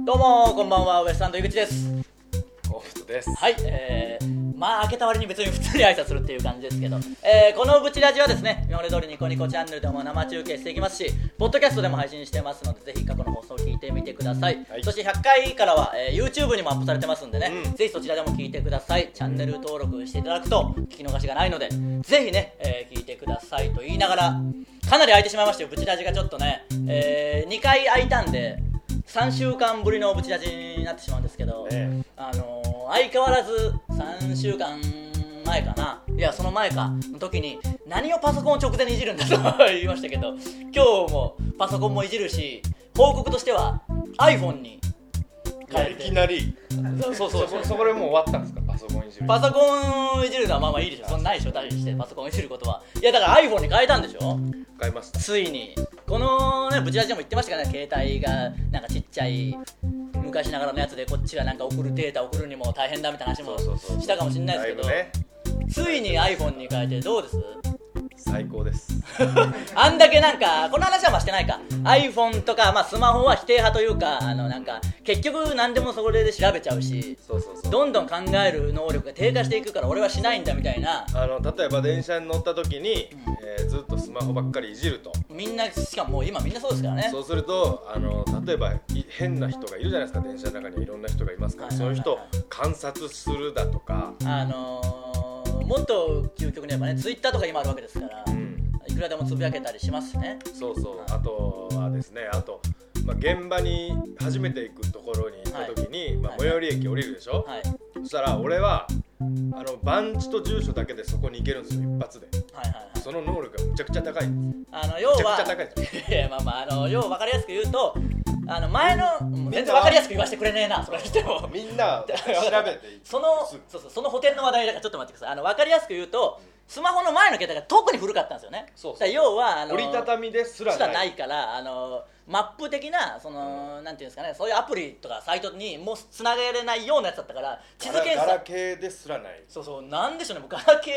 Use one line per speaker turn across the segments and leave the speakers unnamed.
んばんはウエストランド井口です
オフトです。
はいえー、まあ開けた割に別に普通に挨拶するっていう感じですけど、えー、このブチラジはですね今まで通りニコニコチャンネルでも生中継していきますしポッドキャストでも配信してますのでぜひ過去の放送を聞いてみてください、
はい
そして100回からは、えー YouTube にもアップされてますんでね、
うん
ぜひそちらでも聞いてくださいチャンネル登録していただくと聞き逃しがないのでぜひね、えー聞いてくださいと言いながらかなり空いてしまいましたよブチラジがちょっとね、え2回空いたんで3週間ぶりのブチラジになってしまうんですけど、
ねえ
あのー相変わらず3週間前かないやその前かの時に何をパソコンを直前にいじるんだと 言いましたけど今日もパソコンもいじるし報告としては iPhone に
いやいきなり。
そうそう
そ
そう
こそこでもう終わったんですかパソコンいじる。
パソコンをいじるのはまあまあいいでしょそんなないでしょ誰にしてパソコンをいじることはいやだから iPhone に変えたんでしょ
買いました。
ついにこのねブチラジでも言ってましたからね携帯がなんかちっちゃい昔ながらのやつでこっちがなんか送るデータ送るにも大変だみたいな話も
そうそうそう
したかもしれないですけど
だいぶね、
ついに iPhone に変えてどうです
最高です。
あんだけなんかこの話はまあしてないか iPhone とか、まあ、スマホは否定派というかあのなんか結局何でもそれで調べちゃうし
そ うそうそう。
どんどん考える能力が低下していくから俺はしないんだみたいな
あの例えば電車に乗った時に、えーずっとスマホばっかりいじると。
みんなしかももう今みんなそうですからね
そうするとあの例えばい変な人がいるじゃないですか電車の中にはいろんな人がいますから、
はいはいはいはい
その人を観察するだとか、
あのー、もっと究極に言えばね Twitter とか今あるわけですから、
うん、
いくらでもつぶやけたりしますしね
そうそうあとはですねあと、まあ、現場に初めて行くところに行った時に、まあ
はい
最寄り駅降りるでしょ、
はい
そしたら俺はあの番地と住所だけでそこに行けるんですよ一発で
はいはいはい
その能力がむちゃくちゃ高いんで
あの要は
めちゃくちゃ高い
いやまあまああの要は分かりやすく言うとあの前のもう全然分かりやすく言わせてくれねえなそれしても
すみんな調べてい
そのそうそうその補填の話題だからちょっと待ってくださいあの分かりやすく言うとスマホの前の携帯が特に古かったんですよね
そうそ
だ
う
から要はあの
折りたたみですら
すら
ない
ないからあのマップ的なそのなんていうんですかねそういうアプリとかサイトにもうつなげれないようなやつだったから地図検
ガラガラ
索
ケーですらない
そうそうなんでしょうねもうガラケ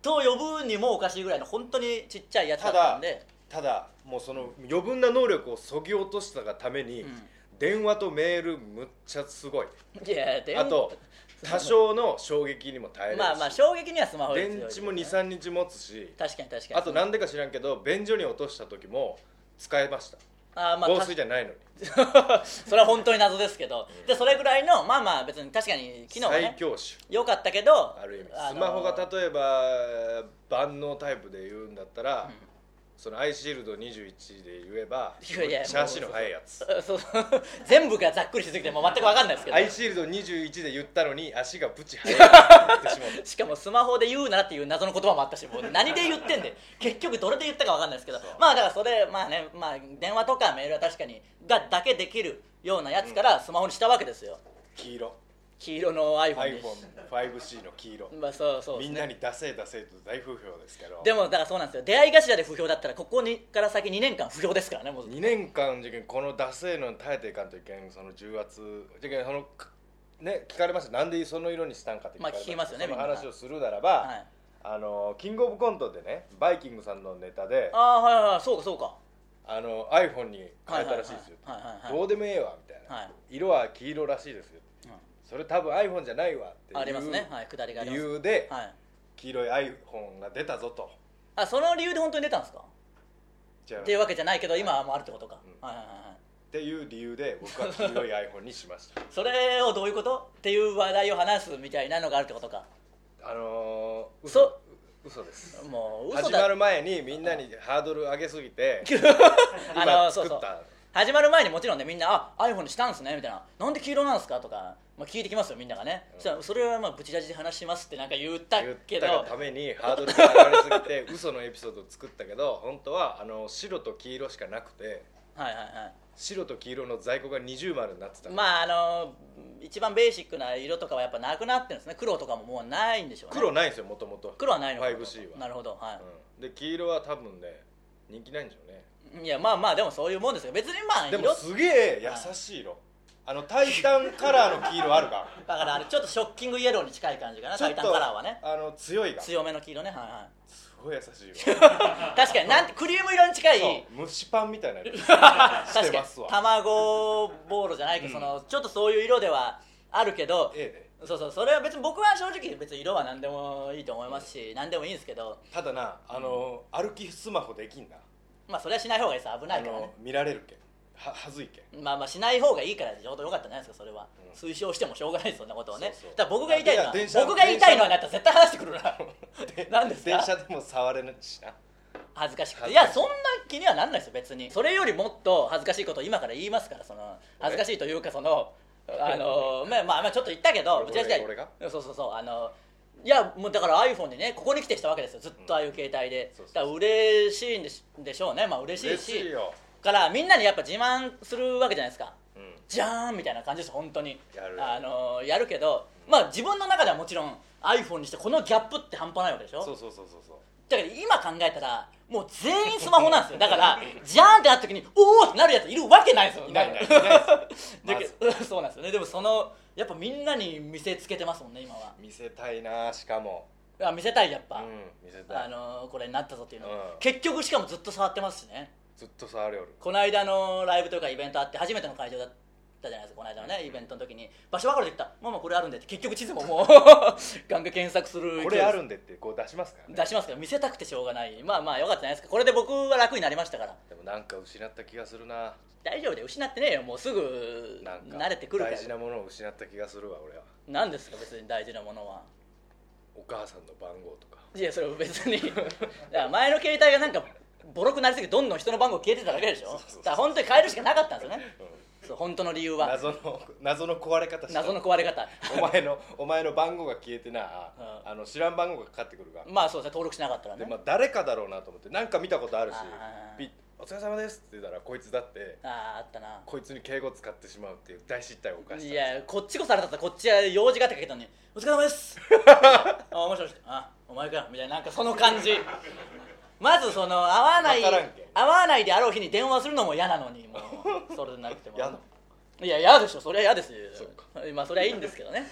ーと呼ぶにもおかしいぐらいの本当にちっちゃいやつだったんで
ただもうその余分な能力をそぎ落としたがために、
うん
電話とメールむっちゃすごい
いやで
あと多少の衝撃にも耐えれるし、
まあまあ衝撃にはスマホより強い
電
です
池
よ
も
ね
23日持つし
確かに確かに
あとなんでか知らんけど便所に落とした時も使えました、
あーまあ
防
た
水じゃないのに
それは本当に謎ですけどでそれぐらいのまあまあ別に確かに機能は
最
ね
強種
良かったけど
ある意味
あの
スマホが例えば万能タイプで言うんだったら、そのアイシールド21で言えば
いやいや
めっちゃ足の速いやつ
そう 全部がざっくりしすぎてもう全く分かんないですけど
アイシールド21で言ったのに足がブチ速いやつって言ってし まう
しかもスマホで言うなっていう謎の言葉もあったしもう何で言ってん で結局どれで言ったか分かんないですけどまあだからそれまあねまあ電話とかメールは確かにがだけできるようなやつからスマホにしたわけですよ
黄色
黄色の iPhone に
iPhone5C の黄色、
まあそうそうで
み
す
ん
ね
なにダセーダセーと大風評ですけど
でもだからそうなんですよ出会い頭で不評だったらここにから先2年間不評ですからねもう
2年間受験このダセーのに耐えていかんといけんその重圧受験そのかね聞かれましたなんでその色にしたんかって
まあ聞きますよね
その
みんな
話をするならば、
はい
あのキングオブコントでねバイキングさんのネタで
ああはいはいはいそうかそうか
あの iPhone に変えたらしいですよ
はいはいはいはいはい
どうでもええわみたいな、
はい
色は黄色らしいですよそれ多分 iPhone じゃないわっていう
ありますねはいくだりがあり
理
ます
由で、
はい
黄色い iPhone が出たぞと
あその理由で本当に出たんですか
違いま
っ
す
てい
っ
うわけじゃないけど今はもうあるってことか
うん
はいはいはいはい
ていう理由で僕は黄色い iPhone にし ました
それをどういうことっていう話題を話すみたいなのがあるってことか
あのー、
そ
嘘です
もう嘘
始ま
だ
る前にみんなにハードル上げすぎて
あ
今
のそう
作
そ
っ
う
た
始まる前にもちろんねみんな「あ iPhone にしたんすね」みたいな「なんで黄色なんすか?」とか、まあ、聞いてきますよみんながね、そしたらそれはまあブチラジで話しますってなんか言った
言っ
け
たが
ど
ためにハードルが上がりすぎ て嘘のエピソードを作ったけど本当はあの白と黄色しかなくて
はいはいはい
白と黄色の在庫が二重丸になってた、
まああの一番ベーシックな色とかはやっぱなくなってるんですね黒とかももうないんでしょうね
黒ないんですよもともと
黒はないのか
5C は
なるほどはい、
うん、で黄色は多分ね人気ないんでしょうね
いやまあまあでもそういうもんですよ別にまあ
で
色
もすげえ優しい色あのタイタンカラーの黄色あるが
だ からあれちょっとショッキングイエローに近い感じかな
ちょ
タ
っ
イタン
と
カラーはね
あの強いが
強めの黄色ねはいはい
すごい優しいよ
確かになんてクリーム色に近い
そう蒸しパンみたいなやつ し
確
て
かに
ますわ
卵ボールじゃないけど、
う
そ
ん
のちょっとそういう色ではあるけど
ええ
そうそうそれは別に僕は正直別に色は何でもいいと思いますし何でもいいんですけど
ただなあの歩きスマホできんな
まあそれはしない方がいいです危な
あ
いからね
の見られるけんははずいけん
まあまあしない方がいいからちょうどよかったんじゃないですかそれは、
うん
推奨してもしょうがないですそんなことをね
そうそう
だから僕が言いたいの
い
は
や電車
僕が言いたいのはなったら絶対話してくる な
で
何です
電
か
車でも触れないしな
恥ずかしくてい
恥ずかしい
やそんな気にはなんないですよ別にそれよりもっと恥ずかしいことを今から言いますからその恥ずかしいというかそ のあのまあまあまあちょっと言ったけど
俺
違う違う
俺が
そうそうそうあのいやもうだから iPhone でねここに来てしたわけですよずっとああいう携帯で、
そうそうそう
だから嬉しいんでしでしょうねまあ嬉しい
嬉
し
しいよ、
からみんなにやっぱ自慢するわけじゃないですか
うん、
じゃーんみたいな感じです本当に
やる
あのやるけどまあ自分の中ではもちろん iPhone にしてこのギャップって半端ないわけでしょ
そうそうそうそうそう
だから今考えたらもう全員スマホなんですよだからジャーンってなった時におおってなるやついるわけないですよ
いないいないい
だ
ないです
け
まず
どそうなんですよ ねでもそのやっぱみんなに見せつけてますもんね今は
見せたいなしかも
あ見せたいやっ
う
ぱ、
ん見せた
あ
い
のーこれになったぞっていうの、
うん
結局しかもずっと触ってますしね
ずっと触れよる
この間のライブというかイベントあって初めての会場だったじゃないですかこの間のねイベントの時に場所分かるって言った「もうもうこれあるんで」って結局地図ももう ガンガン検索する勢いです
これあるんでってこう出しますからね
出しますけど見せたくてしょうがないまあまあよかったじゃないですかこれで僕は楽になりましたから
でもなんか失った気がするな
大丈夫で失ってねえよもうすぐ
なんか
慣れてくるから
大事なものを失った気がするわ俺は
なんですか別に大事なものは
お母さんの番号とか
いやそれは別 にだから前の携帯がなんかボロくなりすぎてどんどん人の番号消えてただけでしょ
そうそうそう
だから本当に変えるしかなかったんですよね
うん
そう本当の理由は
謎の謎の壊れ方した
謎の壊れ方
お前のお前の番号が消えてな、
うん
あの知らん番号がかかってくるが、
まあそうですね登録しなかったら
で
ね
まあ誰かだろうなと思ってなんか見たことあるし
あー
ピッお疲れ様です」って言ったらこいつだって
あああったな
こいつに敬語使ってしまうっていう大失態を犯したんです
い
よ
やこっちこそあれだったらこっちは用事がってかけたのに「お疲れ様 です」あもしもしあお前か」みたいななんかその感じまずその会わない
わからんけん
会わないであろう日に電話するのも嫌なのにも うそれでなくても
嫌なの
いや嫌でしょそれは嫌ですよ
そっか
まあそれはいいんですけどね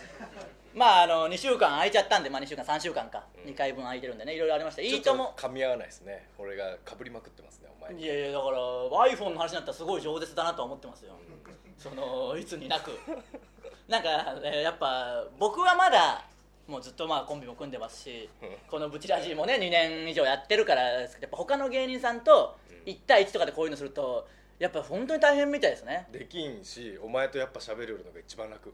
まああの2週間空いちゃったんで、まあ、2週間3週間か、2回分空いてるんでねいろいろありましたいい
ち
と
ょっ
も
噛み合わないですね俺がかぶりまくってますねお前に
いやいやだから iPhone の話になったらすごい饒舌だなとは思ってますよそのいつになくなんか、えーやっぱ僕はまだもうずっとまあコンビも組んでますしこのブチラジもね2年以上やってるからですけどやっぱ他の芸人さんと1対1とかでこういうのするとやっぱ本当に大変みたいですね
できんしお前とやっぱ喋るのが一番 楽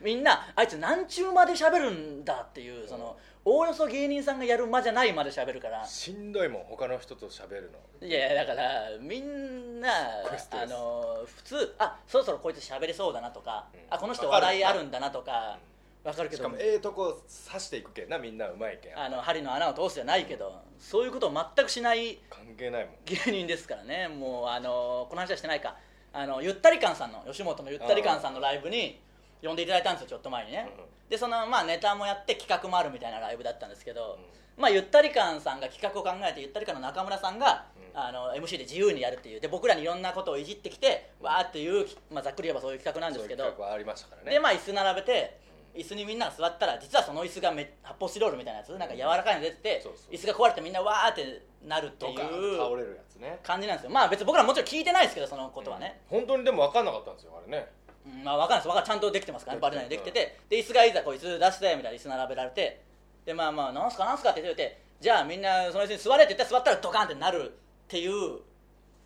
みんなあいつ何ちゅうまで喋るんだっていうそのおおよそ芸人さんがやる間じゃないまで喋るから
しんどいもん他の人と喋るの
いやいやだからみんな
ごいストレス
あの普通あそろそろこいつ喋れそうだなとか、
うん
あこの人
わかる
笑いあるんだなとかわかるけ
し
ど
かもええとこ刺していくけんなみんなうまいけん
あの針の穴を通すじゃないけどそういうことを全くしない
関係ないもん
芸人ですからねもうあのこの話はしてないかあのゆったり感さんの吉本のゆったり感さんのライブに呼んでいただいたんですよちょっと前にね、
うんうん
でそのまあネタもやって企画もあるみたいなライブだったんですけど、
う
まあゆったり感さんが企画を考えてゆったり感の中村さんが、
うん
あの MC で自由にやるっていうで僕らにいろんなことをいじってきてわーっていう、まあ、ざっくり言えばそういう企画なんですけど
そういう企画はありましたからね
でまあ椅子並べて椅子にみんなが座ったら実はその椅子がめ発泡スチロールみたいなやつなんか柔らかいの出てて
そうそう
椅子が壊れてみんなわーってなるってい
ド
う
カーンと倒れるやつね
感じなんですよまあ別に僕らもちろん聞いてないですけどそのことはね、
うん本当にでも分かんなかったんですよあれね
うんまあ分かんないです分かんないちゃんとできてますからねバレないようにできててで椅子がいざこう椅子出してみたいな椅子並べられてでまあまあなんすかなんすかって言っててじゃあみんなその椅子に座れって言って座ったらドカンってなるっていう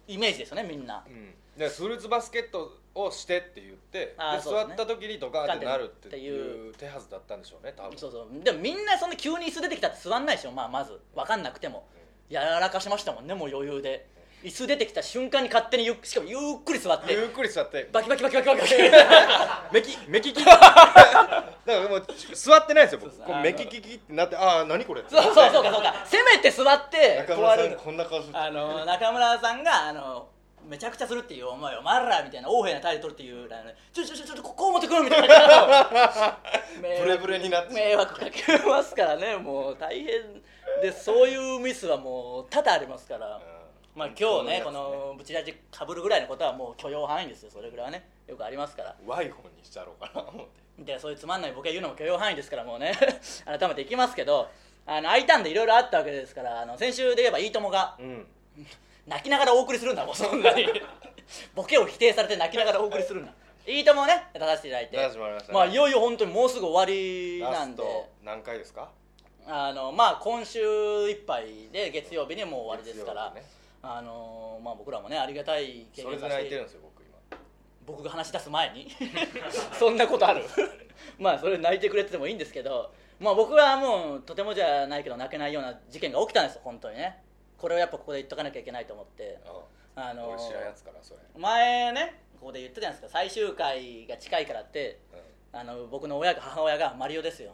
イメージですよねみんな
うんでスルーツバスケットをしてって言ってで
あーそうで
座
す
っ
ね
た時にドカーンってなるって
って
いう手はずだったんでしょうね多分
そうそうでもみんなそんな急に椅子出てきたって座んないでしょまあまず分かんなくてもやらかしましたもんねもう余裕で椅子出てきた瞬間に勝手にゆっしかもゆっくり座って
ゆっくり座って
バキバキバキバキバキバキ
目利き目利き だからもう座ってないんです
そ
よ
うそう
僕こう目利きってなってああ何これ
そうそうそうかそうかせめて座って
中村
壊れ
さ
る
んこんな顔して
あの中村さんがあのめちゃくちゃするっていう思いをマッラみたいな横柄な態度取るっていうあのちょちょちょちょここを持ってくるみたいな
ブレブレになって
迷惑かけますからねもう大変でそういうミスはもう多々ありますから、
うん
まあ今日ねこ
本当や
のブチラジかぶるぐらいのことはもう許容範囲ですよそれぐらいはねよくありますから
つねワイホンにしちゃろうかな思って
でそういうつまんないボケ言うのも許容範囲ですからもうね改めていきますけどあの空いたんでいろいろあったわけですからあの先週で言えば「いいとも」が
うん
泣きながらお送りするんだもうそん なにボケを否定されて泣きながらお送りするんだ「いいとも」ね出させていただいて
出させてもらいましたね
まあ、いよいよ本当にもうすぐ終わりな
ラス
んで
ト何回ですか
あの、まあ、今週いっぱいで月曜日にもう終わりですから、
月曜日ね
あのまあ、僕らもねありがたい経
それ
験
で
さ
泣
せ
いてるん
て
ですよ僕今
僕が話し出す前に そんなことある まあそれ泣いてくれててもいいんですけど、まあ、僕はもうとてもじゃないけど泣けないような事件が起きたんですよ本当にねこれをやっぱここで言っとかなきゃいけないと思ってあ
あ
の
俺知らんやつかなそれ
前ねここで言ってたじゃないですか最終回が近いからって
う
あの僕の親が母親がマリオですよ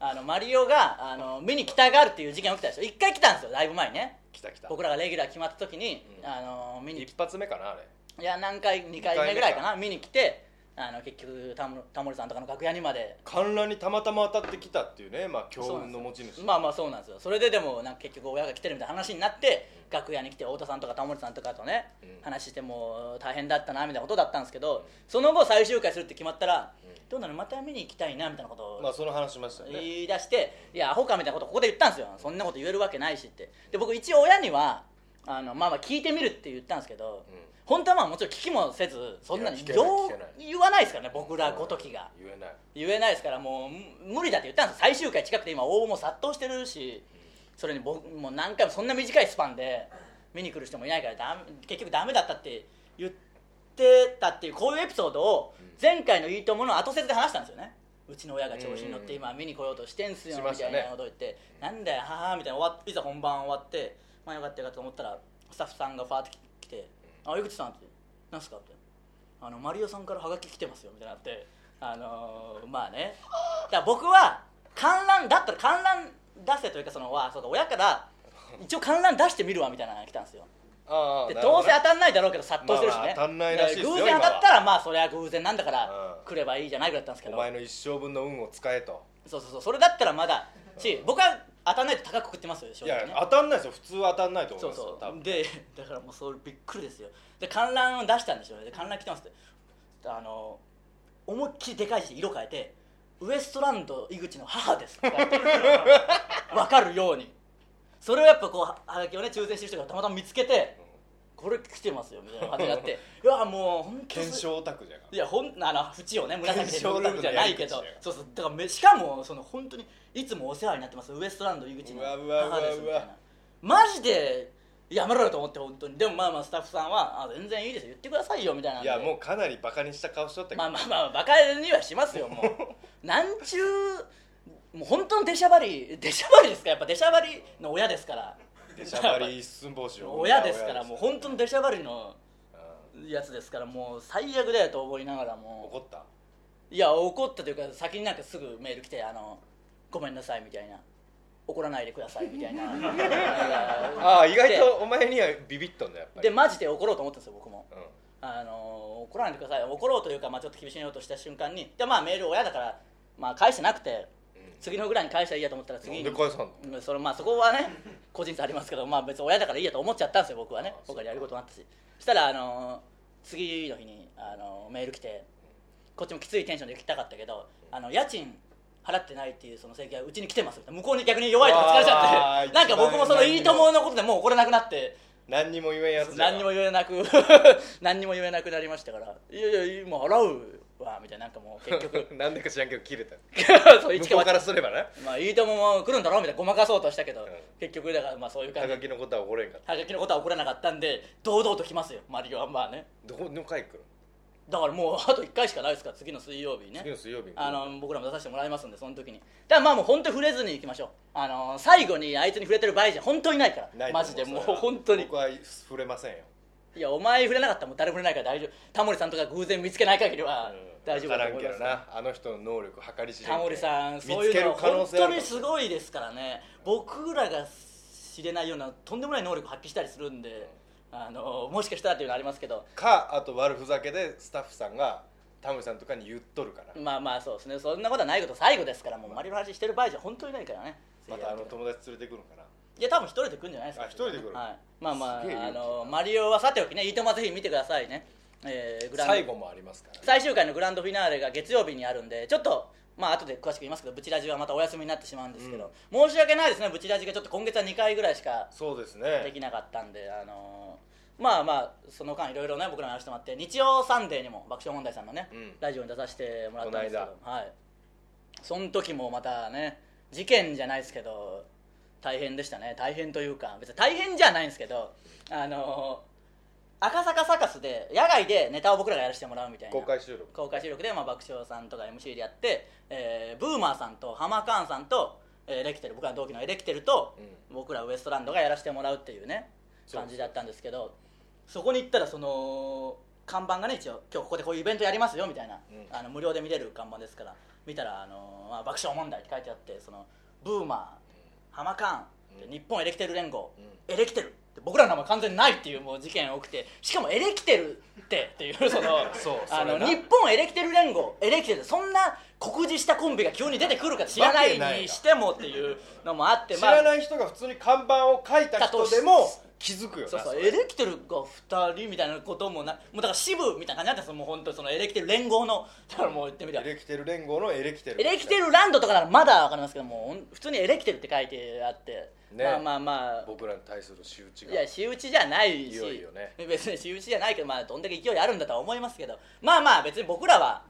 あのマリオがあの見に来たがるっていう事件起きたでしょ一回来たんですよだいぶ前にね
ん来た来た
僕らがレギュラー決まった時に、
うん
あの見に来
一発目かなあれ
いや何回2回目ぐらいかな見に来てあの結局タモタモリさんとかの楽屋にまで
観覧にたまたま当たってきたっていうねまあ強
そうなん
運
です
の
よ
持ち主
まあまあそうなんですよそれででもなんか結局親が来てるみたいな話になって楽屋に来て太田さんとかタモリさんとかとね、
うん
話してもう大変だったなみたいなことだったんですけどその後最終回するって決まったら、
うん
どうなのまた見に行きたいなみたいなことを
まあその話しましたよね
言い出して「いやアホか」みたいなことここで言ったんですよそんなこと言えるわけないしってで僕一応親にはあのまあまあ聞いてみるって言ったんですけど、
うん
本当はまあもちろん聞きもせずそんなに
いや聞け
よ
ないう聞けない
言わないですからね僕らごときが、
言えない
言えないですからもうむ無理だって言ったんですよ最終回近くて今応募も殺到してるしそれに僕もう何回もそんな短いスパンで見に来る人もいないからだ結局ダメだったって言ってたっていうこういうエピソードを前回の「いいとも!」の後説で話したんですよねうちの親が調子に乗って
うん
今見に来ようとしてんすよ
し
み
ましたた
い
ね
なこと言って「なんだよはあ」みたいな終わっいざ本番終わってまあよかったよかったと思ったらスタッフさんがファーって来て「あ江口さん」って「なんすか?」ってあのマリオさんからハガキ来てますよみたいになってあのーまあねだから僕は観覧だったら観覧出せというかそのわあそうか親から一応観覧出してみるわみたいなのが来たんですよ
ああ
で
なるほ
どうせ当
ね
たんないだろうけど殺到してるしね、
まあまあ当たんないらしいです
だ
よ
から偶然当たったらまあそれは偶然なんだから
うん
来ればいいじゃないぐらいだったんですけ
お
ど
前の一生分の運を使えと
そうそうそうそれだったらまだし僕は当たんないと高く食ってますよ正
い
直
や
ね
当たんないですよ普通は当たんないと思
そう
いますよ
そ
多分
うで だからもうそれびっくりですよで観覧を出したんでしょうねで観覧来てますってあの思いっきりでかいし色変えて「ウエストランド井口の母です」 って書いてわかるようにそれをやっぱこうははがきをね抽選してる人がたまたま見つけて「これ来てますよ」み たいな感じになって「いやもう本当
検証オタクじゃん
いやほんあの縁をね紫で
勝
塗
負だ
るじゃないけど
やり口だよ
そうそうだからめしかもその本当にいつもお世話になってますウエストランド井口の
うわうわうわ
母ですみたいうな
わ
マジでやめろよと思って本当にでもまあまあスタッフさんはあ全然いいですよ言ってくださいよみたいなん
い
で
やもうかなりバカにした顔しとったけど
まあまあまあバカにはします よもうなんちゅうもう本当の出しゃばり出しゃばりですかやっぱ出しゃばりの親ですから
でしゃばり一寸法師を
親ですからもう本当の出しゃばりの
う
やつですからもう最悪だよと思いながら
ん
もう
怒った
いや怒ったというか先になんかすぐメール来て「あのごめんなさい」みたいな「怒らないでください」みたいな
ああ意外とお前にはビビっとんだやっぱり
でマジで怒ろうと思ったんですよ僕も
うん
あの怒らないでください怒ろうというか、まあ、ちょっと厳しいようとした瞬間にでまあメール親だから、まあ、返してなくて
うん
次のぐらいに返したらいいやと思ったら
な
次
ん
に
で返さんの
うんそれまあそこはね個人差ありますけどまあ別に親だからいいやと思っちゃったんですよ僕はね
ああ
僕はやることもあったしそしたらあのー次の日にあのーメール来てこっちもきついテンションで来たかったけどあの家賃払ってないっていうその請求はうちに来てますみたいな向こうに逆に弱いとか疲れちゃって
うわー
なんか僕もそのいいとものことでもう怒れなくなって
何にも言えんやつじゃん
何にも言えなく 何にも言えなくなりましたから「いやいや今払うわ」みたいななんかもう結 局
なんでか知らんけど切れた
そう一
向こう
か
からすればね
まあいいともも来るんだろうみたいなごまかそうとしたけど、
ん
結局だからまあそういう感
は
じ
がきのことは怒れんかった
はがきのことは怒らなかったんで堂々と来ますよマリオはまあね
どこの回来る
だからもうあと1回しかないですから次の水曜日にね
次の水曜日に来る
あの僕らも出させてもらいますんでその時にだからまあもう本当に触れずに行きましょうあの最後にあいつに触れてる場合じゃ本当にないから
ないと
マ
思
ジでもう
それは
本当に
僕は触れませんよ
いやお前触れなかったらもう誰も触れないから大丈夫タモリさんとか偶然見つけない限りは大丈夫
だ
だ
か
と思
らん
いま
けど
す
なあの人の能力計り知れんけ
タモリさん
見つ
そうい
け
うの
る可能
本
性あ
当
る
にすごいですからね僕らが知れないようなとんでもない能力発揮したりするんであのもしかしたらというのありますけど
かあと悪ふざけでスタッフさんがタモリさんとかに言っとるから
まあまあそうですねそんなことはないこと最後ですからもうマリオの話してる場合じゃ本当にないからね
またあの友達連れてくるのかない
や多分一人で来るんじゃないですか
あ一人で来る
はい、まあます
げえ
ああ
勇気
のマリオはさておきねいとまぜひ見てくださいね、えーグランド
最後もありますからね
最終回のグランドフィナーレが月曜日にあるんでちょっとまあ後で詳しく言いますけどブチラジはまたお休みになってしまうんですけど、申し訳ないですねブチラジがちょっと今月は2回ぐらいしか
そうです
で
ね
きなかったんで、あのーまあまあその間いろいろね僕らの話してもらって日曜サンデーにも爆笑問題さんのね、
うん
ラジオに出させてもらったんですけどはいその時もまたね事件じゃないですけど大変でしたね大変というか別に大変じゃないんですけどあのー赤坂サカスで野外でネタを僕らがやらせてもらうみたいな
公開収録
公開収録で、まあ、爆笑さんとか MC でやって、えーブーマーさんとハマカーンさんと、えーエレキテル僕らの同期のエレキテルと、
う
僕らウエストランドがやらせてもらうっていうね
そう
感じだったんですけどそこに行ったらその看板がね一応今日ここでこういうイベントやりますよみたいな、
うん
あの無料で見れる看板ですから見たら、あのまあ、爆笑問題って書いてあってそのブーマーハマカーン、
うん
で日本エレキテル連合、
う
エレキテルって僕らの名前完全にないっていうもう事件が多くてしかもエレキテルってっていうその
そう
あの
それな
日本エレキテル連合エレキテルそんな酷似したコンビが急に出てくるか知らな
わけないい
に
な
してもっていうのもあって
知らない人が普通に看板を書いた人でも気づくよな
そうそう
れ
エレキテルが2人みたいなこともなもうだから支部みたいな感じなんですよもう本当にそのエレキテル連合のだからもう言ってみれ
エ
ば
レキテル連合のエレキテル
エレキテルランドとかならまだ分かりますけどもう普通にエレキテルって書いてあって、
ね
まあまあまあ
僕らに対する仕打ちが
いや仕打ちじゃないし
いよいよね
別に仕打ちじゃないけどまあどんだけ勢いあるんだとは思いますけどまあまあ別に僕らは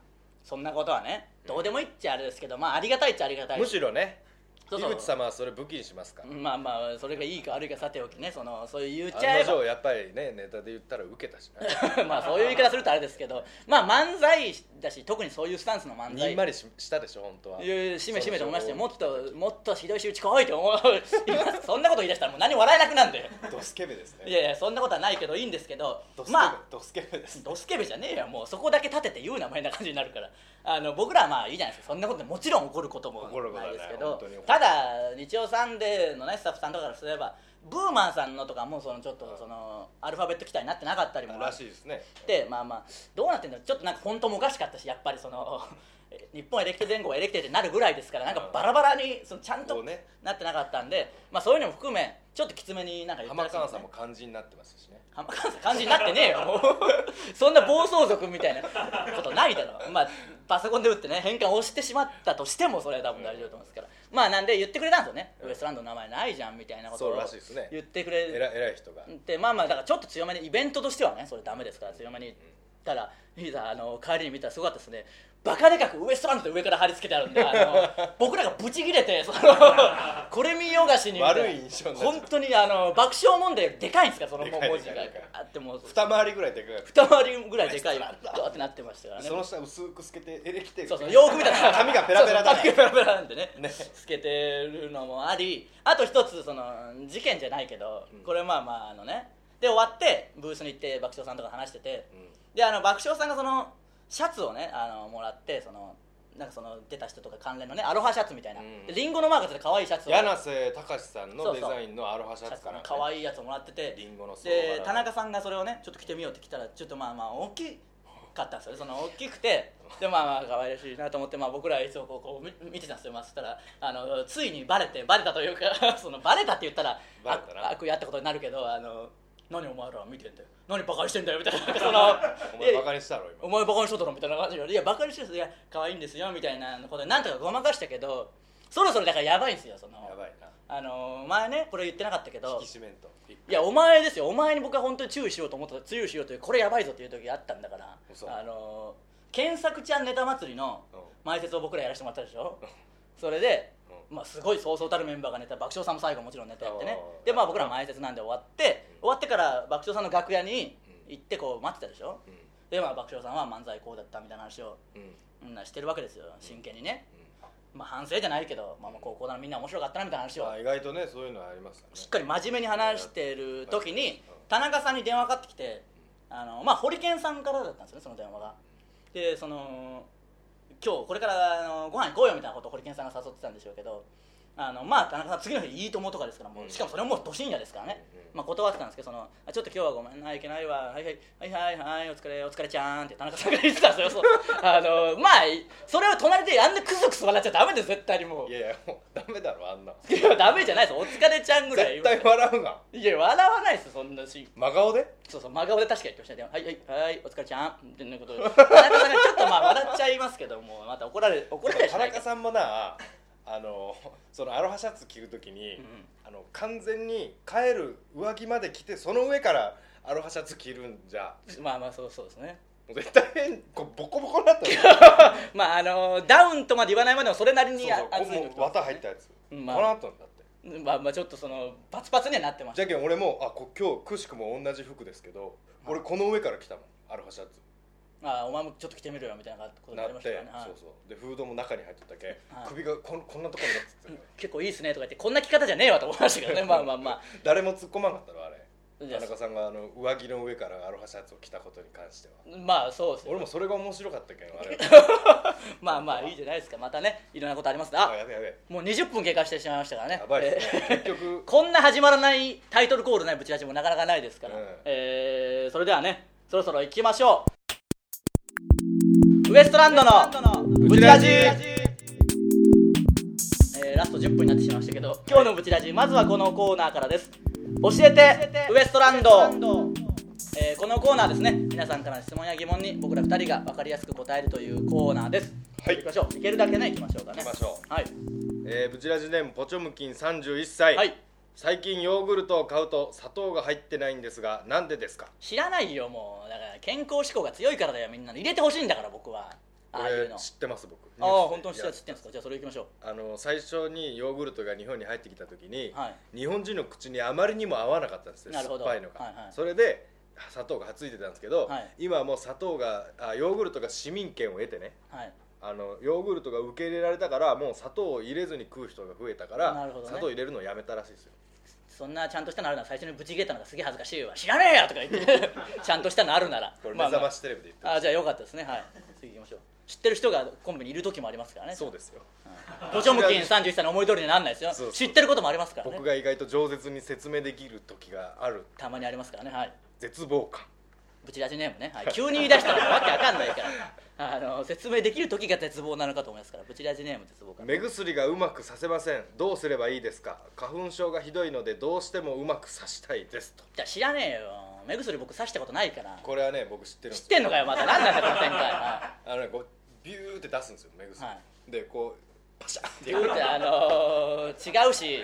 そんなことはねどうでもいいっちゃあれですけどまあありがたいっちゃありがたい
むしろね
そうそう
井口様はそれ武器にしますから
まあまあそれがいいか悪いかさておきねそのそういう言っちゃ
案
え
の
ば
定やっぱりねネタで言ったら受けたし な
まあそういう言い方するとあれですけどまあ漫才だし特にそういうスタンスの漫
に
才
んまりししたでしょ本当はい
やいやしめしめと思いまして
そ
も
の
っともっとひどい仕打ち来いと思う今 そんなこと言い出したらもう何も笑えなくなんで
ドスケベです
い
ね
やいやそんなことはないけどいいんですけど
ドスケベ
まあ
ドスケベです
ドスケベじゃねえよもうそこだけ立てて言うなみたいな感じになるからあの僕らはまあいいじゃないですかそんなことでもちろん怒ることも
怒ることは
な
ないい
ですけど
本当に怒る
ただ日曜サンデーのねスタッフさんとかからすればブーマンさんのとかもそのちょっとそのアルファベット機体になってなかったりも
らしいですね
でまあまあどうなってんだろうちょっとなんかフォントもおかしかったしやっぱりその え日本エレキテル連合エレキテルってなるぐらいですからなんかバラバラにそのちゃん
ことうね
なってなかったんで、まあ、そういうのも含めちょっときつめになんか言った
浜
らしいんで
川
す
さ
ね
んも漢字になってますしね
浜川さん感じになってねえよも うそんな暴走族みたいなことないだろまあパソコンで打ってね変換を押してしまったとしてもそれは多分大丈夫だと思うんですから、まあなんで言ってくれたんですよね、
うん
ウエストランドの名前ないじゃんみたいなこと
そ
を
うらしいですね
言ってくれ
偉い偉い人が
でまあまあだからちょっと強めにイベントとしてはねそれダメですから強めに言ったらいざあの帰りに見たらすごかったですねバカでかくウエストランドって上から貼り付けてあるんであ の僕らがブチ切れてそのこれ見よがしに
悪い印象になっちゃう
本当にあの爆笑問題よりでかいんですからその
で
文
かい
字
で
が
かいでかい
あってもう
二回りぐらいでかか
二
っ
回りぐらいでかい
ウエス
わ
トラン
ーってなってましたから
た
ね
その下薄く透けてエレキテル
そうそうよーく見たら
髪がペラペラだね
そうそう髪がペラペラなんでね
ね
透けてるのもありあと一つその事件じゃないけど、
ん
これまあまああのねで終わってブースに行って爆笑さんとか話してて、であの爆笑さんがそのシャツをねあのもらってそのなんかその出た人とか関連のねアロハシャツみたいな、
うん
でリンゴのマークついて可愛いシャツを
柳瀬隆さん
そ
の
う
デ
そう
ザインのアロハシャツからね
可愛いやつをもらってて
リンゴの相場
で
が
田中さんがそれをねちょっと着てみようって着たらちょっとまあまあ大きかったんですよねその大きくてでまあまあ可愛らしいなと思って、まあ、僕らはいつもこうこうみ見てたんですよ、まあ、そしたらあのついにバレてバレたというか そのバレたって言ったら
バレたな
悪悪意あったことになるけどあの何お前ら見てんだよ何バカにしてんだよみたいな なんかその
お
い
前
や
バカにしたろ
お
今
前バカにしとったのみたいな感じで「いやバカにしてるんですいや可愛いんですよ」みたいなことでなんとかごまかしたけどそろそろだからやばいんですよその
やばいな
あのー前ねこれ言ってなかったけど
引き締めんと
いやお前ですよお前に僕は本当に注意しようと思った注意しようというこれやばいぞっていう時があったんだから
嘘
あのー検索ちゃんネタ祭りの
うん
前説を僕らやらせてもらったでしょそれで、
う
まあ、すごいそうそうたるメンバーがネタ爆笑さんも最後もちろんネタやってね
あー
でまあ僕ら前説なんで終わって
うん
終わってから爆笑さんの楽屋に
うん
行ってこう待ってたでしょ
う
でまあ爆笑さんは漫才こうだったみたいな話を
んうん
みんなしてるわけですよ真剣にね
うん
まあ反省じゃないけどまあまあ高校だなみんな面白かったなみたいな話を
まあ意外とねそういうのはありますよね
しっかり真面目に話してる時に
うん
田中さんに電話かかってきてあの、まあ、ホリケンさんからだったんですよねその電話がでその今日これからあのご飯行こうよみたいなことをホリケンさんが誘ってたんでしょうけどあのまあ田中さん次の日「いいとも」とかですからも
うん
うしかもそれももうど深夜ですからね、
うんうん
まあ、断ってたんですけどそのあ「ちょっと今日はごめんないけないわはいはいはいはいはいお疲れお疲れちゃーん」って田中さんが言ってたんです よそうあのまあそれを隣であんなクソクソ笑っちゃダメです絶対にもう
いやいやもうダメだろあんなの
いやダメじゃないですお疲れちゃんぐらい言
絶
いま
対
した
笑うが
いや笑わないですそんなシーン
真顔で
そうそう真顔で確かに言ってましたねはいはいはいお疲れちゃんっていう ことで田中さんがちょっとまあ笑っちゃいますけどもまた怒られ怒られたりし
田
ない
中
から
さんもなあのそのアロハシャツ着るときに、
うんうん
あの完全に帰る上着まで着てその上からアロハシャツ着るんじゃ
まあまあそうそうですね
もう絶対変こうボコボコになったよ
まああのダウンとまで言わないまでもそれなりに
そうそうもう綿入ったやつ、
うんまあ
この後になって
たまあまあちょっとそのパツパツにはなってまし
じ
た
ゃけん俺もあこ今日くしくも同じ服ですけど俺この上から着たもんアロハシャツ
ああお前もちょっと着てみろよみたいなことに
な
なりま
っ
した
て、
からねはい
そうそうでフードも中に入っとったけん、
はい
首がこんこんなとこになってて、
結構いいですねとか言ってこんな着方じゃねえわと思いましたけどね まあまあまあ
誰も突っ込まんかったろあれ
いや
田中さんがあの上着の上からアロハシャツを着たことに関しては
まあそうです
俺
よ
もそれが面白かったけんあ れ
まあまあいいじゃないですかまたねいろんなことありますね
あ
あ
やべやべ
もう20分経過してしまいましたからね
やばいですね結
えー
局
こんな始まらないタイトルコールないブチラジもなかなかないですから、
うん
えーそれではねそろそろ行きましょうウエストランドの ブチラジえーラスト10分になってしまいましたけど今日のブチラジまずはこのコーナーからです教えてウエストランドえーこのコーナーですね皆さんからの質問や疑問に僕ら2人が分かりやすく答えるというコーナーです
はい
行きましょういけるだけね行きましょうかね
行きましょ
はい、
えー、ブチラジネームポチョムキン31歳、
はい、
最近ヨーグルトを買うと砂糖が入ってないんですがなんでですか
知らないよもうだから健康志向が強いからだよみんなの入れてほしいんだから僕はああいう
俺
のあ
知ってます僕
あ本当に知って
た
る知ってるんですかじゃあそれ行きましょ
あの最初にヨーグルトが日本に入ってきた時に、
は
日本人の口にあまりにも合わなかったんですよ
なる
酸
ほ
っ
ど
ぱいのが、
はいはい
それで砂糖がはついてたんですけど、
はい
今はもう砂糖があヨーグルトが市民権を得てね
うはい
あのヨーグルトが受け入れられたからもう砂糖を入れずに食う人が増えたから、
なるほどね
砂糖入れるのをやめたらしいですよ
そんなちゃんとしたのあるなら最初にブチ切れたのがすげえ恥ずかしいわ知らねえよとか言って ちゃんとしたのあるなら
これ目
まあまあ
覚ましテレビで言ってま
ああじゃあよかったですねはい次行きましょう知ってる人がコンビにいる時もありますからね
すそうですよ
ポチョムキン31歳の思い通りになんないですよ
そうそう
知ってることもありますからね
僕が意外と饒舌に説明できる時がある
たまにありますからねはい
絶望感
ブチラジネームね、はい、急に言い出したらわけわかんないからあの説明できる時が絶望なのかと思いますからブチラジネーム絶望から
目薬がうまくさせませんどうすればいいですか花粉症がひどいのでどうしてもうまくさしたいですと
じゃあ知らねえよ目薬僕刺したことないから
これはね僕知ってるんで
知っ
すよ
てんのかよまた何なんだこの展開は
あのねこうビューって出すんですよ目薬、
は
でこうパシャンっ
い
て
言うてあのー違うし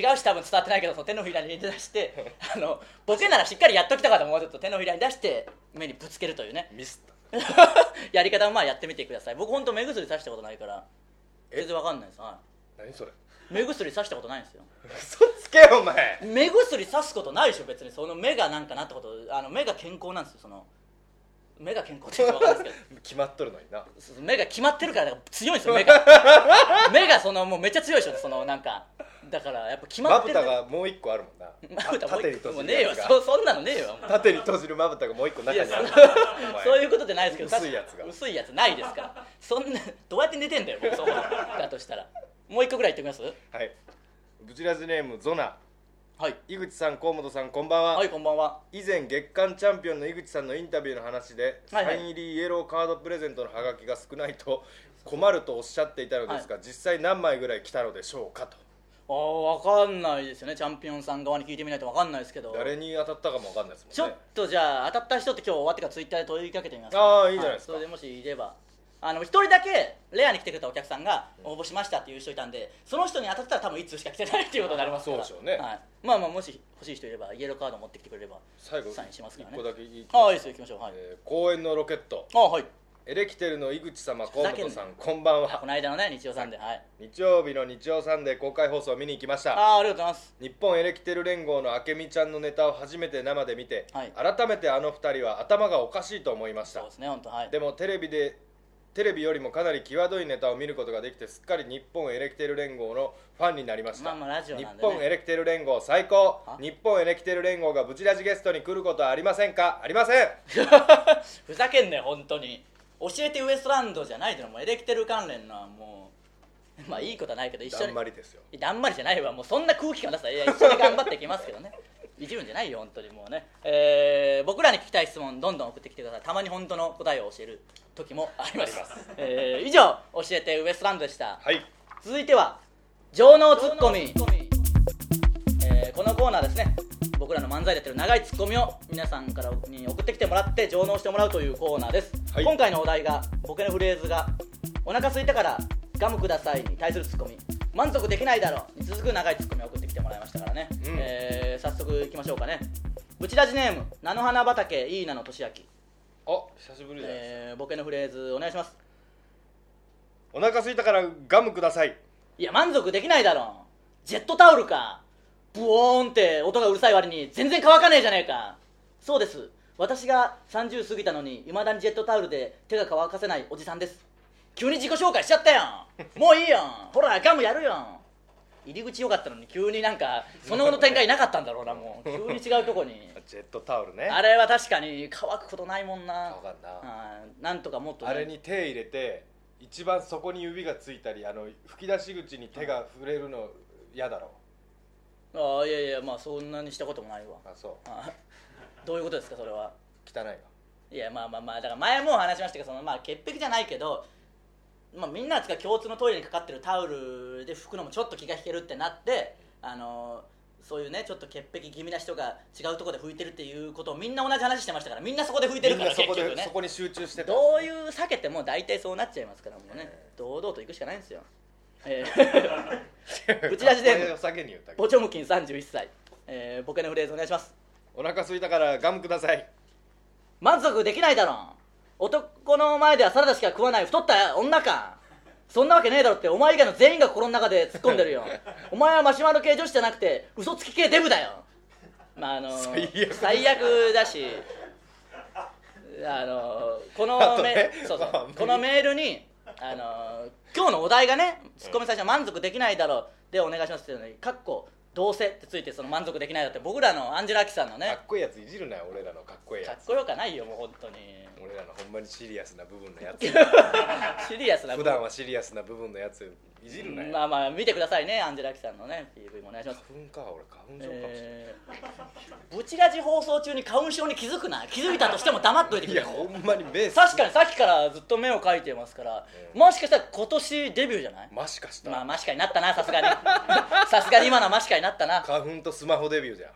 違うし多分伝わってないけどその手のひらに出してあのボケならしっかりやっときたからもうちょっと手のひらに出して目にぶつけるというね
ミスった
やり方をまあやってみてください僕本当目薬刺したことないから全然わかんないです、は
何それ
い、目薬刺したことないんですよ
嘘つけよお前
目薬さすことないでしょ別にその目がなんかなったことあの目が健康なんですよその目が健康って言うとわかんないですけ
決まっとるのにな
どそうそう目が決まってるからだから強いんですよ 目が目がそのもうめっちゃ強いでしょそのなんかだからやっぱ決ま
ま
って
ぶ
る
たがもう一個あるもんな
まぶたもう
縦に
一個も
閉
うね
じる
えよ
やつが
そそんなのねえよ
縦に閉じるまぶたがもう一個中にあるお前
そういうことじゃないですけど
薄いやつが
薄いやつないですからそんなどうやって寝てんだよ僕そんなだとしたらもう一個ぐらい言ってみます
はいブチラジネームゾナ
はい
井口さん河本さんこんばんは、
はいこんばんは
以前月間チャンピオンの井口さんのインタビューの話で、
はいはい
サイン入りイエローカードプレゼントのハガキが少ないと困るとおっしゃっていたのですが、実際何枚ぐらい来たのでしょうかと
ああ分かんないですよねチャンピオンさん側に聞いてみないと分かんないですけど
誰に当たったかも分かんないです
ち
も
ょ
んね
っとじゃあ当たった人って今日終わってからツイッターで問いかけてみます
ああいいじゃないですか
はそれでもしいればあの一人だけレアに来てくれたお客さんが応募しましたっていう人いたんでその人に当たったら多分1通しか来てないっていうことになりますから
そうでしょうね
はい、まあまあもし欲しい人いればイエローカード持ってきてくれれば
最後
サインしますから
一個
ね
だけいい
ああいいですよ行きましょうはい、
えー公園のロケット
ああはい
エレキテルの井口様河本さ
ふざけんなん
こんばん
あこ
は
の間のね日曜さんではい
日曜日の日曜サンデー公開放送見に行きました
ああありがとうございます
日本エレキテル連合の明美ちゃんのネタを初めて生で見て、
はい
改めてあの二人は頭がおかしいと思いまし
そう
た
ですね本当はい
でもテレビでテレビよりもかなり際どいネタを見ることができてすっかり日本エレキテル連合のファンになりました、
まあまあラジオなんでね
日本エレキテル連合最高
あ
日本エレキテル連合がブチラジゲストに来ることはありませんかありません
ふざけんなよ本当に教えてウエストランドじゃないってのはもうエレキテル関連のはもうまあいいことはないけど一緒
だん
に
まりですよ
だんまりじゃないわもうそんな空気感出したらいや一緒に頑張っていきますけどね いじるんじゃないよ本当にもうね、えー僕らに聞きたい質問どんどん送ってきてくださいたまに本当の答えを教える時もあります
あります
えー以上教えてウエストランドでした
はい
続いては情能ツッコミえーこのコーナーですね僕らの漫才でやってる長いツッコミを皆さんからに送ってきてもらって上納してもらうというコーナーです、
はい
今回のお題がボケのフレーズが「お腹空いたからガムください」に対するツッコミ「満足できないだろ」に続く長いツッコミを送ってきてもらいましたからね、
うん
えー早速いきましょうかねブチラジネーム菜の花畑いいなのとしあき、
あ久しぶりじゃないですか、
えーボケのフレーズお願いします
お腹空いたからガムください
いや満足できないだろジェットタオルかブオーンって音がうるさい割に全然乾かねえじゃねえかそうです私が30過ぎたのにいまだにジェットタオルで手が乾かせないおじさんです急に自己紹介しちゃったよもういいよほらガムやるよ入り口良かったのに急になんかその後の展開なかったんだろうなもう急に違うとこに
ジェットタオルね
あれは確かに乾くことないもんな
乾かんな
うんなんとかもっとね、
あれに手入れて一番そこに指がついたりあの吹き出し口に手が触れるの嫌だろ
ああいやいやまあそんなにしたこともないわ
あそう
あどういうことですかそれは
汚いわ
いやまあまあまあだから前も話しましたけどそのまあ潔癖じゃないけど、まあ、みんなが共通のトイレにかかってるタオルで拭くのもちょっと気が引けるってなってあのそういうねちょっと潔癖気味な人が違うところで拭いてるっていうことをみんな同じ話してましたからみんなそこで拭いて
み
る
ん
から
なそ
結
こで、
局ね
そこに集中してた
どういう避けても大体そうなっちゃいますからもうね
え
堂々と行くしかないんですよ、えー ぶち出しで
これを先に言ったけど
ボチョムキン31歳、えーボケのフレーズお願いします
お腹空いたからガムください
満足できないだろ男の前ではサラダしか食わない太った女かそんなわけねえだろってお前以外の全員が心の中で突っ込んでる よお前はマシュマロ系女子じゃなくて嘘つき系デブだよまああの
最悪
最悪だしあのこの
あと
メ
ね
そうそう
まあ無理
このメールにあの今日のお題がねツッコミ最初は満足できないだろうでお願いしますっていうのに「かっこどうせ」ってついてその満足できないだって僕らのアンジェラ・アキさんの
か
ね
っこいいやついじるなよ俺らのかっこいい
か
や
っ
つ
こよかないよもう本当に。
俺らのほんまにシリアスな部分のや つ
シリアスな
普段はシリアスな部分のやついじるなよ、
まあまあ見てくださいねアンジェラ・アキさんのね PV もお願いします
花粉か俺花粉症かもしれない、
えーブチラジ放送中に花粉症に気づくな気づいたとしても黙っといてく
い
れ
やほんまに目
確かにさっきからずっと目を描いてますから、
う
もしかしたら今年デビューじゃない
マシかした、
まあマシカになったなさすがにさすがに今のはマシカになったな
花粉とスマホデビューじゃん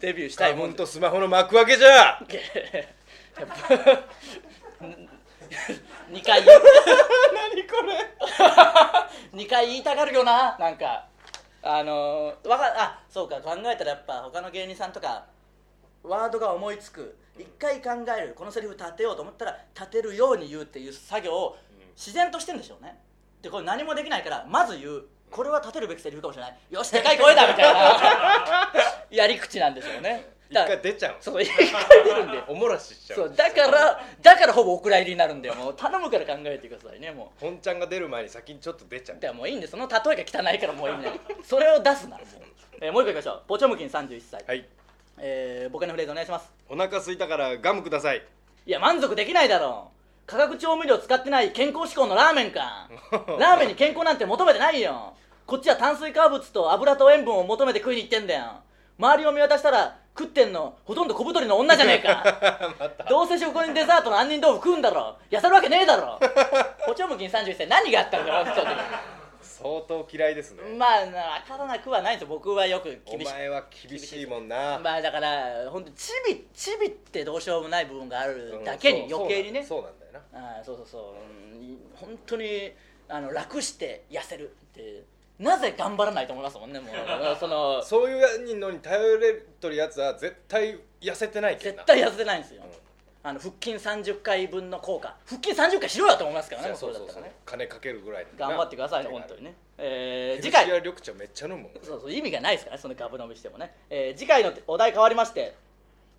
デビューしたい
花
も
粉
ん
とスマホの幕開けじゃ
2回言う
何これ
2回言いたがるよななんかあのー、わかあそうか考えたらやっぱ他の芸人さんとかワードが思いつく一回考えるこのセリフ立てようと思ったら立てるように言うっていう作業を自然としてんでしょうねでこれ何もできないからまず言うこれは立てるべきセリフかもしれないよしでかい声だみたい なやり口なんでしょうね
一
だから
回出ちゃう
そう一回出るんで
おもらししちゃ
そううだからだからほぼお蔵入りになるんだよもう頼むから考えてくださいねもう
本ちゃんが出る前に先にちょっと出ちゃう
でももういいんでその例えが汚いからもういいんだよそれを出すなもう,、えーもう一個いきましょうポチョムキン31歳、
はい
えー、ボケのフレーズお願いします
お腹空いたからガムください
いや満足できないだろう化学調味料使ってない健康志向のラーメン かラーメンに健康なんて求めてないよこっちは炭水化物と油と塩分を求めて食いに行ってんだよ周りを見渡したら食ってんのほとんど小太りの女じゃねえか
また
どうせ食後にデザートの杏仁豆腐食うんだろ痩せるわけねえだろポチョムキン31歳何があったんだろう本当に
相当嫌いですね
まあな分からなくはないですよ僕はよく
お
厳しい
前は厳しいもんな
まあだから本当チビチビってどうしようもない部分があるだけ
うん
に
そう
余計にね
そうなんだよな
ああそうそうそう、うん、本当にあの楽して痩せるってなぜ頑張らないと思いますもんねもうその
そういうのに頼れとるやつは絶対痩せてないけ
絶
んな
対痩せてないんですよ、
うん
あの腹筋30回分の効果腹筋30回しろよと思いますからね
そうそうそう
れだったらね
金かけるぐらいだな
頑張ってくださいね
手が
本
ある
当にね、えー、
ヘル
次
シア
回
緑茶めっちゃ飲むもん
そうそう意味がないですからねそのガブ飲みしてもね、えー次回のお題変わりまして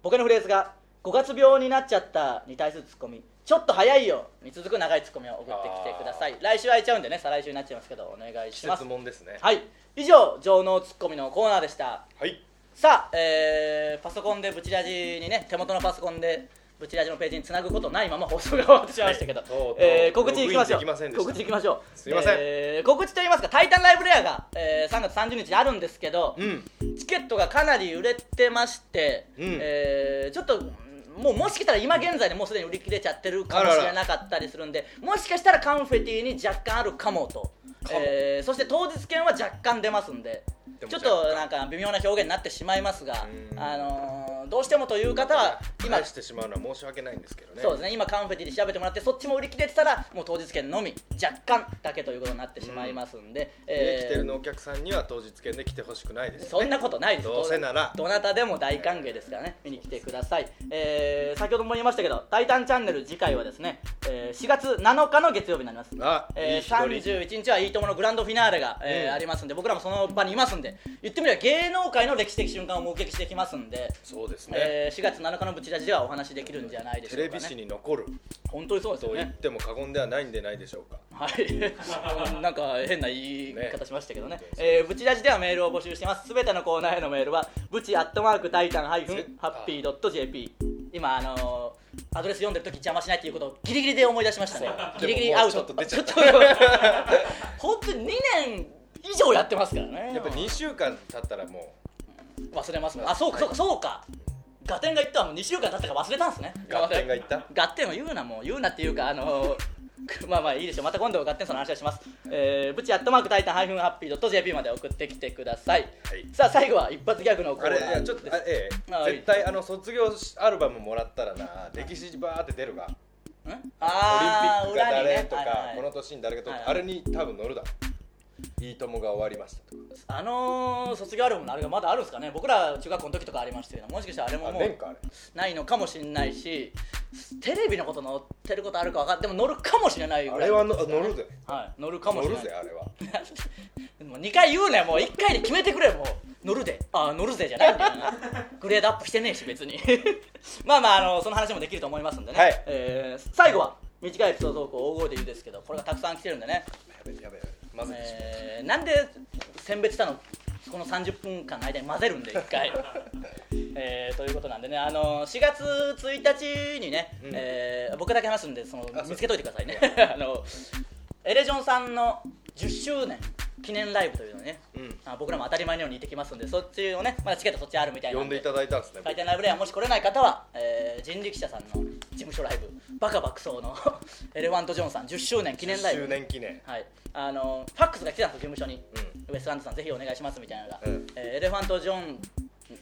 ボケのフレーズが「5月病になっちゃった」に対するツッコミ「ちょっと早いよ」に続く長いツッコミを送ってきてください来週空いちゃうんでね再来週になっちゃいますけどお願いします
質問ですね
はい以上情能ツッコミのコーナーでした
はい
さあ、えーパソコンでブチラジにね手元のパソコンでブチラジのページにつなぐことないまま放送が終わってしまいましたけど、
はいとうとう
えー告知いきましょう
ログインできませんでした
告知いきましょう
すいません
えー告知といいますか「タイタンライブレアが」えー3月30日あるんですけど、
うん
チケットがかなり売れてまして、
うん
えーちょっともうもしかしたら今現在でもうすでに売り切れちゃってるかもしれなかったりするんでもしかしたらカンフェティに若干あるかもと
かも
えーそして当日券は若干出ますんで
でも
ちょっとなんか微妙な表現になってしまいますが
う、ん
あのーどうしてもという方は今、
返してしまうのは申し訳ないんですけどね
そうですね今カンフェティで調べてもらってそっちも売り切れてたらもう当日券のみ若干だけということになってしまいますんで、
ね
えー
来てるのお客さんには当日券で来てほしくないですね
そんなことないです
どうせなら
どなたでも大歓迎ですからね見に来てください、えー先ほども言いましたけど「タイタンチャンネル」次回はですね、えー4月7日の月曜日になります
あい
え
い日
ー
取り
31日は「いいとも!」のグランドフィナーレが、えー
うん
ありますんで僕らもその場にいますんで言ってみれば芸能界の歴史的瞬間を目撃してきますんで、
そうですね、
えー4月7日のブチラジではお話できるんじゃないでしょ
テ
うか、ね、
レビ史に残る
本当にそうです
と
よ
言
ね
っても過言ではないんでないでしょうか
はい なんか変な言い方しましたけどねえーブチラジではメールを募集してますすべてのコーナーへのメールはブチアットマークタイタンハイフンハッピードット JP 今あのーアドレス読んでる時邪魔しないっていうことをギリギリで思い出しま したねギリギリアウト
でももうちょっと
ちょっと 本当に2年以上やってますからね
やっぱ2週間経ったらも
忘れますもんあそうかそうかそうかガテンが言ったもう2週間経ったから忘れたんですね
う合点がいった
ガッテンを言うなもう言うなっていうかあのーまあまあいいでしょうまた今度ガッテンさんの話をしますえー、ブチアットマークタイタンハイフンハッピードット JP まで送ってきてください、
はい
さあ最後は一発ギャグのコー
あ
ナ
れ
ー
いやちょっとあええ
はい
絶対あの卒業アルバムもらったらな歴史バーって出るが
ん
オ
あー
リンピックが
裏に
誰
ね
とか、
はいはい
この年に誰がとか、
はいはい
あれに多分乗るだろういいともが終わりましたとか
あのー、卒業アルバムのあれがまだあるんですかね僕ら中学校の時とかありましたけどもしかしたらあれも
あ
も
年
う
かあれ
ないのかもしれないしテレビのこと載ってることあるか分かっても乗るかもしれないぐらい
あれはの乗るぜ
はい乗るかも
乗
しれ
る
ない
ぜあれは
もう2回言うねもう1回で決めてくれもう乗るでああ乗るぜじゃないんだよなグレードアップしてねえし別に まあまああのその話もできると思いますんでね、
はい
えー最後は短いエピソード投稿大声で言うですけどこれがたくさん来てるんでね、
やべえやべえやべえ混ぜてしまう
えーなんで選別したのこの30分間の間に混ぜるんで1回、 えーということなんでねあの4月1日にね、
うん
えー僕だけ話すんでその
あそう
見つけといてくださいね あのエレジョンさんの10周年記念ライブというのをね、
うん
あ僕らも当たり前のように行ってきますんでそっちをねまだチケットそっちあるみたいな
呼んでいただいたんですね
回転ライブレアもし来れない方は、えー人力車さんの事務所ライブバカ爆走の エレファントジョンさん10周年記念ライブ
10周年記念
はい、あのファックスが来てたんですよ事務所に、
う
ウエストランドさんぜひお願いしますみたいなのが、
うん
えーエレファント・ジョン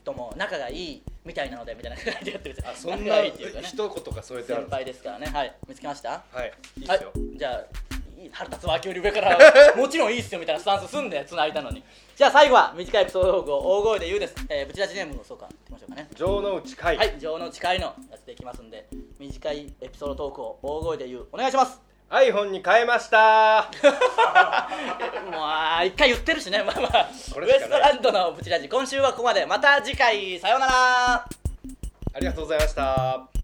とも仲がいいみたいなのでみたいな感じでやってるんですよ
あそん
仲
な
がいいっていうかね
一言が添えてある
先輩ですからねはい見つけました
はいいいですよ
はい、じゃあいい腹立つわ秋より上から もちろんいいっすよみたいなスタンスすんで繋いだのにじゃあ最後は短いエピソードトークを大声で言うです、えー、ブチラジネームのそうかいきましょうかね
城之内海、
はい情の誓いのやつでいきますんで短いエピソードトークを大声で言うお願いします
iPhone に変え ました
もうあー一回言ってるしねまあまあ
こ
ウ
れし
エ
か
ス
な
ト
い
ランドのブチラジ今週はここまでまた次回さようなら
ありがとうございました